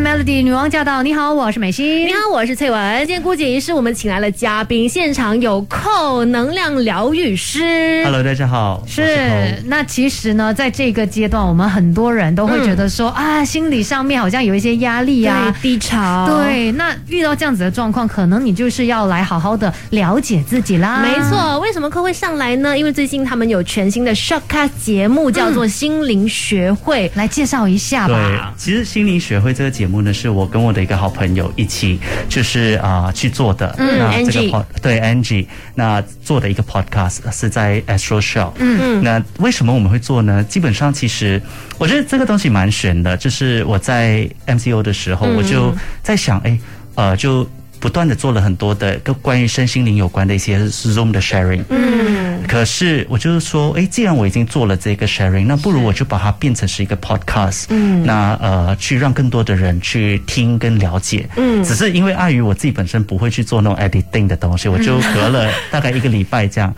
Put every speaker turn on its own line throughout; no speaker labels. Melody 女王驾到！你好，我是美心。
你好，我是翠文。今天姑姐仪式我们请来了嘉宾，现场有扣能量疗愈师。
Hello，大家好，我
是，
是
那其实呢，在这个阶段，我们很多人都会觉得说、啊，心理上面好像有一些压力啊。
低潮
对，那遇到这样子的状况，可能你就是要来好好的了解自己啦。
没，错，为什么扣会上来呢？因为最近他们有全新的 shortcut 节目，叫
嗯
做《心灵学会》。
来介绍一下
寇。对
吧。，
其实心灵学会这个节目呢，是我跟我的一个好朋友一起，就是啊、去做的。
嗯
那这个
Angie
pod, 对 Angie，那做的一个 podcast 是在 Astro Show。
嗯
那为什么我们会做呢？基本上，其实我觉得这个东西蛮玄的。就是我在 MCO 的时候，
嗯
我就在想，哎，呃，就不断的做了很多的跟关于身心灵有关的一些 Zoom 的 sharing。
嗯，
可是我就是说，诶，既然我已经做了这个 sharing，那不如我就把它变成是一个 podcast，嗯，那呃，去让更多的人去听跟了解，嗯，只是因为碍于我自己本身不会去做那种 editing 的东西，我就隔了大概一个礼拜这样，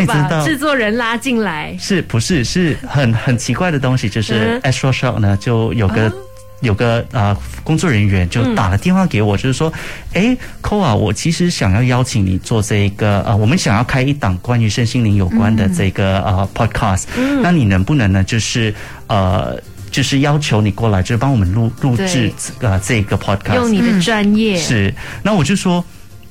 就
你知
把
道。
制作人拉进来。
是不是是很很奇怪的东西？就是
嗯哦
Astro Shop 呢，就有个、有个呃工作人员
嗯
就打了电话给我，就是说，哎，寇啊，我其实想要邀请你做这个呃，我们想要开一档关于身心灵有关
嗯
的这个、呃 podcast，、那你能不能呢，就是呃。就是要求你过来，就是帮我们录录制
对
呃这个 podcast，
用你
嗯
的专业，
是，那我就说，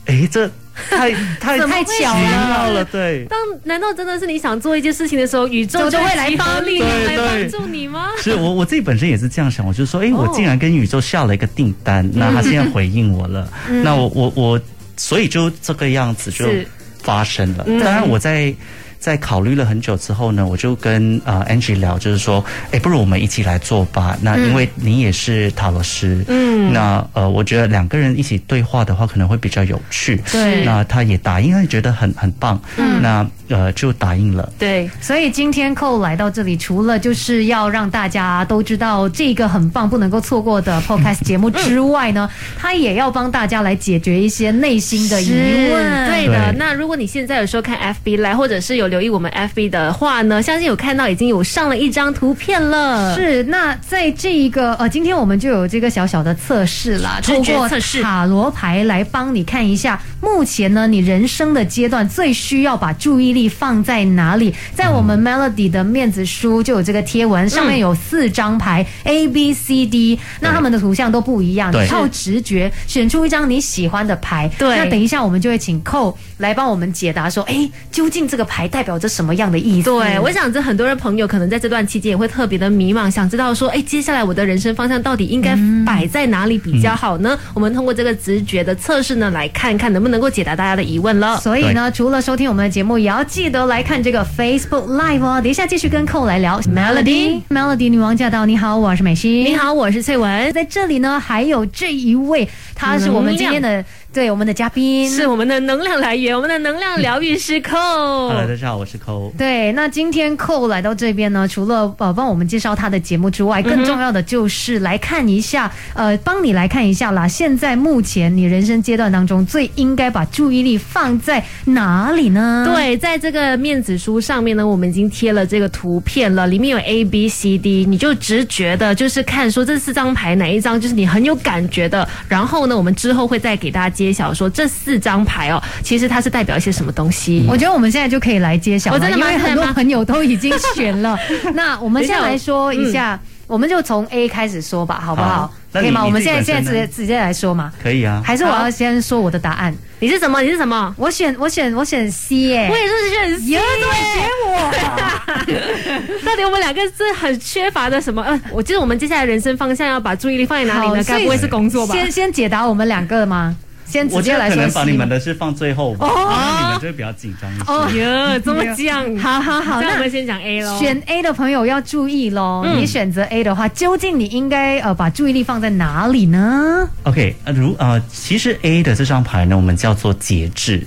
哎，这 太太
怎么
会
太
巧
奇
了
妙了，对，
当难道真的是你想做一件事情的时候，宇宙
就
就
会
会
来
来
帮
帮
你
你，
对
来
对
帮助你吗？
是我我自己本身也是这样想，我就说，哎，我
哦
竟然跟宇宙下了一个订单，那他现在回应我了，那我我我，所以就这个样子就是发生了。当然我在。在考虑了很久之后呢，我就跟啊、呃、Angie 聊，就是说，哎，不如我们一起来做吧。那因为你也是塔罗师，嗯，那呃，我觉得两个人一起对话的话，可能会比较有趣。
对
那他也答应，他觉得很很棒，嗯，那呃就答应了。
对，
所以今天寇来到这里，除了就是要让大家都知道这个很棒、不能够错过的 podcast 节目之外呢，他也要帮大家来解决一些内心的疑问。
对的
对。
那如果你现在有时候看 FB 来，或者是有留意我们 FB 的话呢，相信有看到已经有上了一张图片了。
是，那在这一个呃，今天我们就有这个小小的测试啦，
直
透
觉
过
测试
塔罗牌来帮你看一下，目前呢你人生的阶段最需要把注意力放在哪里？在我
嗯
们 Melody 的面子书就有这个贴文，上面有四张牌 A B C D，那他们的图像都不一样，
对
你靠直觉选出一张你喜欢的牌。
对
那等一下我们就会请寇来帮我们解答说，哎，究竟这个牌代表着什么样的意思？
对，我想这很多人朋友可能在这段期间也会特别的迷茫，想知道说，哎，接下来我的人生方向到底应该摆在哪里比较好
嗯
呢？我们通过这个直觉的测试呢，来看看能不能够解答大家的疑问了。
所以呢，除了收听我们的节目，也要记得来看这个 Facebook Live 哦。等一下继续跟寇来聊 Melody Melody 女王驾到！你好，我是美心。
你，好，我是翠文，
在这里呢，还有这一位，他是我们今天的对我们的嘉宾
嗯是。我们的能量来源，我们的能量疗愈师扣。
Hello，大家好，我是寇。
对，那今天寇来到这边呢，除了呃帮我们介绍他的节目之
嗯
外，更重要的就是来看一下，呃，帮你来看一下啦。现在目前你人生阶段当中，最应该把注意力放在哪里呢？。
对，在这个面子书上面呢，我们已经贴了这个图片了，里面有 A、B、C、D，你就直觉的，就是看说这四张牌哪一张就是你很有感觉的。然后呢，我们之后会再给大家揭晓说这四张牌哦，其实它是代表一些什么东西。
我觉得我们现在就可以来揭晓了，
哦真的
因
吗
为很
真
多
的吗
朋友都已经选了。 那我们
等一下
先来
我
说一下，我们就从 A 开始说吧，好不好？
嗯好那
可以吗？
你
我们
你自
现
己
在现在直
本身
接
呢
直接来说嘛，
可以啊，
还是我
好
要先说我的答案？
你是什么？你是什么？
我选我选我选 C 耶、
我也是选 C，
哎耶，对选我，
到底我们两个是很缺乏的什么？呃，我就是我们接下来人生方向要把注意力放在哪里
好
呢？
所以
该不会是工作吧？
先先解答我们两个吗？先直
我觉
接
得
来
可
说
能把
C
你
吗
们的是放最后吧，因为你们就会比较紧张一些。
哦 哟，怎么讲？
好好 好
那
那
我们先讲 A
哦
咯。
选 A 的朋友要注意喽，
嗯
你选择 A 的话，究竟你应该呃把注意力放在哪里呢？
OK，呃，如呃，其实 A 的这张牌呢，我们叫做节制。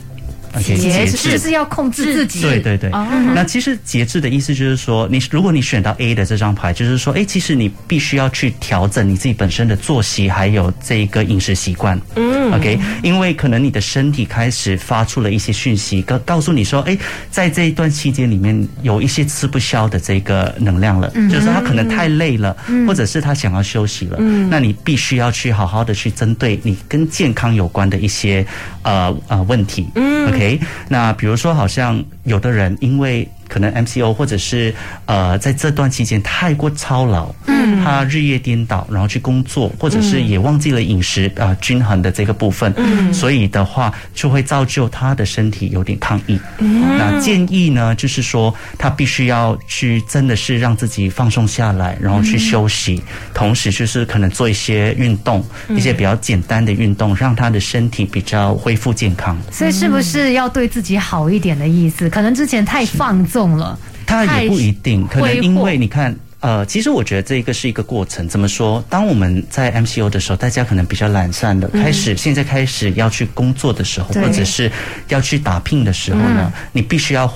节
OK，节
制就
制。
是要控制自己。
对对对，
哦
那其实节制的意思就是说，你如果你选到 A 的这张牌，就是说，哎，其实你必须要去调整你自己本身的作息，还有这一个饮食习惯。嗯，OK，因为可能你的身体开始发出了一些讯息，告告诉你说，哎，在这一段期间里面有一些吃不消的这个能量了，就是他可能太累了，或者是他想要休息了，那你必须要去好好的去针对你跟健康有关的一些呃呃问题。嗯，OK，那比如说好像有的人因为可能 MCO 或者是呃，在这段期间太过操劳，嗯，他日夜颠倒，然后去工作，或者是也忘记了饮食啊、呃均衡的这个部分，嗯，所以的话就会造就他的身体有点抗议。嗯、那建议呢，就是说他必须要去真的是让自己放松下来，然后去休息，同时就是可能做一些运动，一些比较简单的运动，让他的身体比较恢复健康。
所以是不是
嗯
要对自己好一点的意思？可能之前太放纵了。
它也不一定，
太
可能因为你看。呃，其实我觉得这一个是一个过程。怎么说？当我们在 MCO 的时候，大家可能比较懒散的，
嗯
开始、现在开始要去工作的时候，
对
或者是要去打拼的时候呢，
嗯
你必须要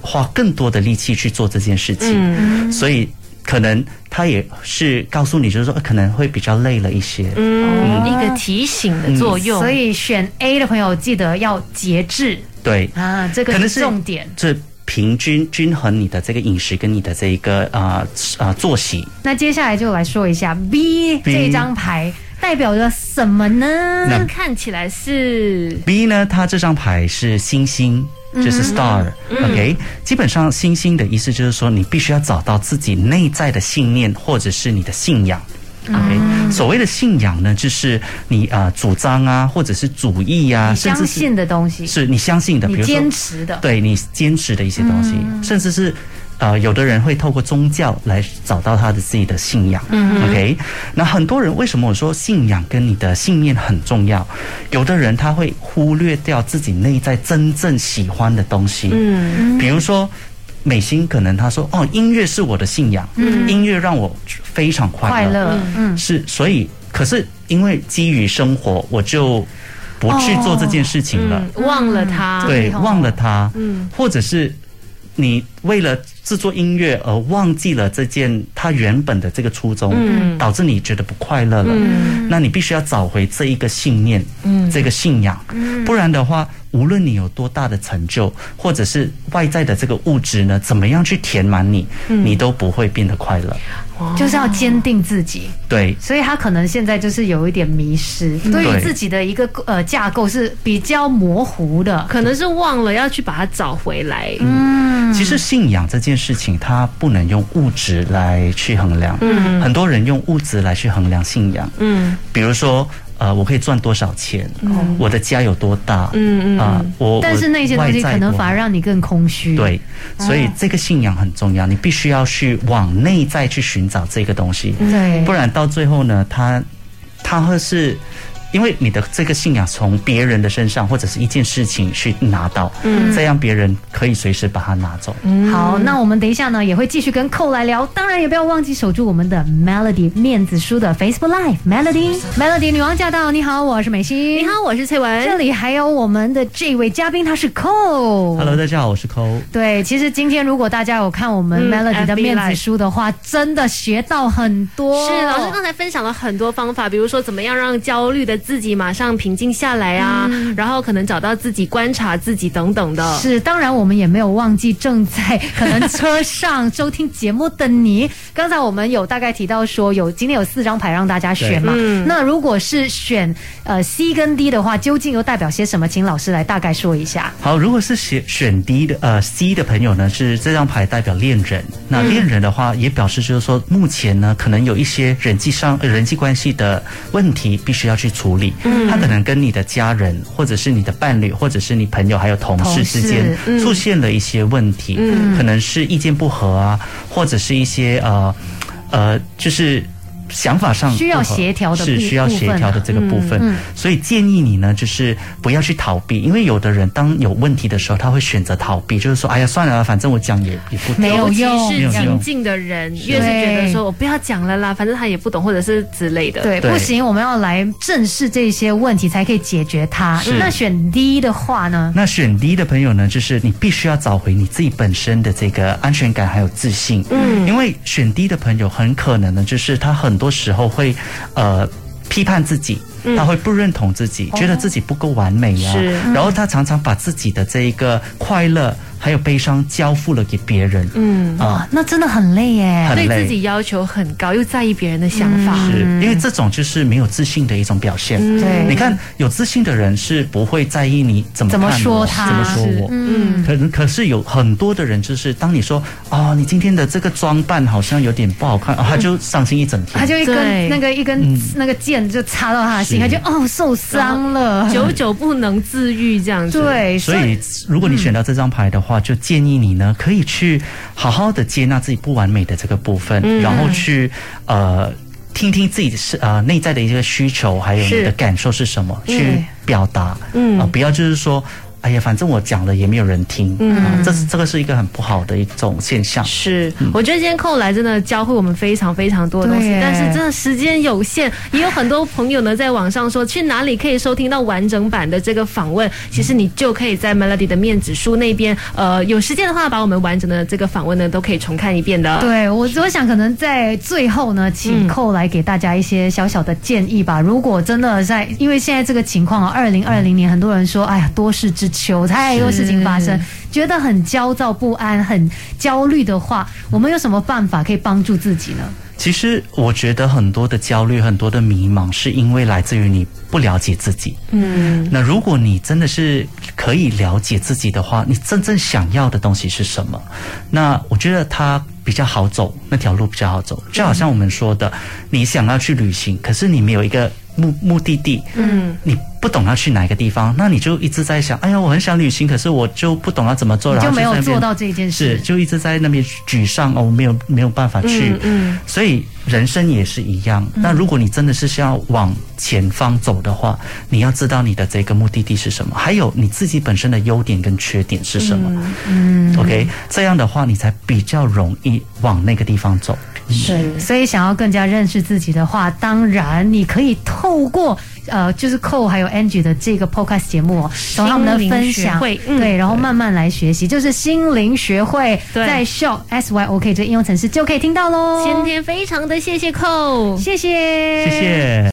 花更多的力气去做这件事情。
嗯
所以可能他也是告诉你，就是说、呃可能会比较累了一些。
嗯，一个提醒的
哦
作
嗯
用，
所以选 A 的朋友记得要节制
对，
啊，这
可
个
能
是
是
重点。
这平均均衡你的这个饮食跟你的这一个啊啊、呃作息。
那接下来就来说一下 B 这张牌代表着什么呢
那？
看起来是
B 呢，它这张牌是星星。就是
嗯
star，OK，、基本上星星的意思就是说，你必须要找到自己内在的信念或者是你的信仰。OK，、
嗯
所谓的信仰呢，就是你啊、呃主张啊，或者是主义啊，
你
甚
相
至是
信的东西，
是你相信的，比
你
如说
坚持的，
对你坚持的一些东西，甚至是呃，有的人会透过宗教来找到他的自己的信仰。嗯，OK，那很多人为什么我说信仰跟你的信念很重要？有的人他会忽略掉自己内在真正喜欢的东西。嗯，比如说。美心可能他说：“哦，音乐是我的信仰，音乐让我非常
快乐，嗯，
是，所以可是因为基于生活，我就不去做这件事情了。
嗯忘了它，
对，
厉害哦
忘了它，或者是你为了制作音乐而忘记了这件它原本的这个初衷，导致你觉得不快乐
嗯
了。那你必须要找回这一个信念，这个信仰，不然的话，无论你有多大的成就，或者是外在的这个物质呢，怎么样去填满你，你都不会变得快乐。
就是要坚定自己。
对，
所以他可能现在就是有一点迷失，对于
对
自己的一个呃架构是比较模糊的。
可能是忘了要去把它找回来。
嗯其实信仰这件事情，它不能用物质来去衡量。嗯，很多人用物质来去衡量信仰。嗯，比如说，呃，我可以赚多少钱？嗯、我的家有多大？嗯嗯啊、我
但是那些东西可能反而
而
让你更空虚。，
对，所
哦
以这个信仰很重要，你必须要去往内在去寻找这个东西，
对
不然到最后呢，它它会是。因为你的这个信仰从别人的身上或者是一件事情去拿到，嗯，这样别人可以随时把它拿走。
好，那我们等一下呢也会继续跟寇来聊，当然也不要忘记守住我们的 Melody 面子书的 Facebook Live Melody Melody 女王驾到！你好，我是美心。
你，好，我是翠
这
文。
里还有我们的这位嘉宾，他是寇。
Hello，大家好，我是抠。
对，其实今天如果大家有看我们
嗯
Melody 的
FB
面子
Live
书的话，真的学到很多。
是老师刚才分享了很多方法，比如说怎么样让焦虑的自己马上平静下来啊，然后可能找到自己、观察自己等等
啊
的。
嗯是，当然我们也没有忘记正在可能车上收听节目的 你。刚才我们有大概提到说，有今天有四张牌让大家选嘛。
嗯
那如果是选呃 C 跟 D 的话，究竟又代表些什么？请老师来大概说一下。
好，如果是选选 D 的呃 C 的朋友呢，是这张牌代表恋人。那
嗯
恋人的话，也表示就是说，目前呢可能有一些人际上、呃人际关系的问题必须要去处理。嗯，他可能跟你的家人，或者是你的伴侣，或者是你朋友还有同
同
事
事嗯
之间出现了一些问题，嗯，可能是意见不合啊，或者是一些呃呃就是。想法上
需要
不合
协调的
是
部
需要
部
协
分
调
啊
的这个部分，所以建议你呢，就是不要去逃避，因为有的人当有问题的时候，他会选择逃避，就是说，哎呀，算了，反正我讲也也不
没有
尤其
用
没
是
有
亲
用
近的人，越是觉得说我不要讲了啦，反正他也不懂，或者是之类的。
对，
对
不行，我们要来正视这些问题，才可以解决它。
是
那选 D 的话呢？
那选 D 的朋友呢，就是你必须要找回你自己本身的这个安全感还有自信。嗯，因为选 D 的朋友很可能呢，就是他很多时候会呃批判自己。他会不认同自己，觉得自己不够完美啊
是，
然后他常常把自己的这一个快乐还有悲伤交付了给别人，嗯啊，
那真的很累嗯耶。
很
对
累
自己要求很高，又在意别人的想法。
是因为这种就是没有自信的一种表现。
对
你看，有自信的人是不会在意你怎么
怎么
看
说
我
他
怎么说
是
我，
嗯，
可能可是有很多的人，就是当你说啊、你今天的这个装扮好像有点不好看，啊，他就伤心一整天。
他就一根
对
那个一根、那个剑就插到他的心，他
嗯是
就哦受伤了。
久久不能自愈这样子。，
对，
所以，如果你选到这张牌的话，就建议你呢，可以去好好的接纳自己不完美的这个部分，然后去呃听听自己的是呃内在的一个需求，还有
是
你的感受是什么，去
嗯
表达，
嗯
啊、不要就是说。哎呀，反正我讲了也没有人听，嗯，这是这个是一个很不好的一种现象。
是，我觉得今天寇来真的教会我们非常非常多的东
嗯对
西
耶，
但是真的时间有限，也有很多朋友呢在网上说去哪里可以收听到完整版的这个访问，其实你就可以在 Melody 的面子书那边，呃，有时间的话把我们完整的这个访问呢都可以重看一遍的。
对我，我想可能在最后呢，请寇来给大家一些小小的建议吧。如果真的在，因为现在这个情况啊，二零二零年很多人说，哎呀，多事之秋，太多事情发生，觉得很焦躁不安、很焦虑的话，我们有什么办法可以帮助自己呢？
其实我觉得很多的焦虑、很多的迷茫，是因为来自于你不了解自己。嗯，那如果你真的是可以了解自己的话，你真正想要的东西是什么？那我觉得它比较好走，那条路比较好走。就好像我们说的，你想要去旅行，可是你没有一个目目的地，嗯，你不懂要去哪一个地方，那你就一直在想，哎呀，我很想旅行，可是我就不懂要怎么做，
你
然
就
后
没
在
有
那边
做到这件
是，
事。
就一直在那边沮丧哦，我没有没有办法去，
嗯
所以人生也是一样。那如果你真的是想要往前方走的话，你要知道你的这个目的地是什么，还有你自己本身的优点跟缺点是什么。嗯 o k 这样的话你才比较容易往那个地方走。
是，所以想要更加认识自己的话，当然你可以透过呃，就是 Cole 还有 Angie 的这个 podcast 节目、哦，从他们的分
心灵
享
学，会嗯
对，然后慢慢来学习，就是心灵学会，
对
在 Show S Y O K 这个应用程式就可以听到喽。
今天非常的谢谢寇，
谢谢，
谢谢。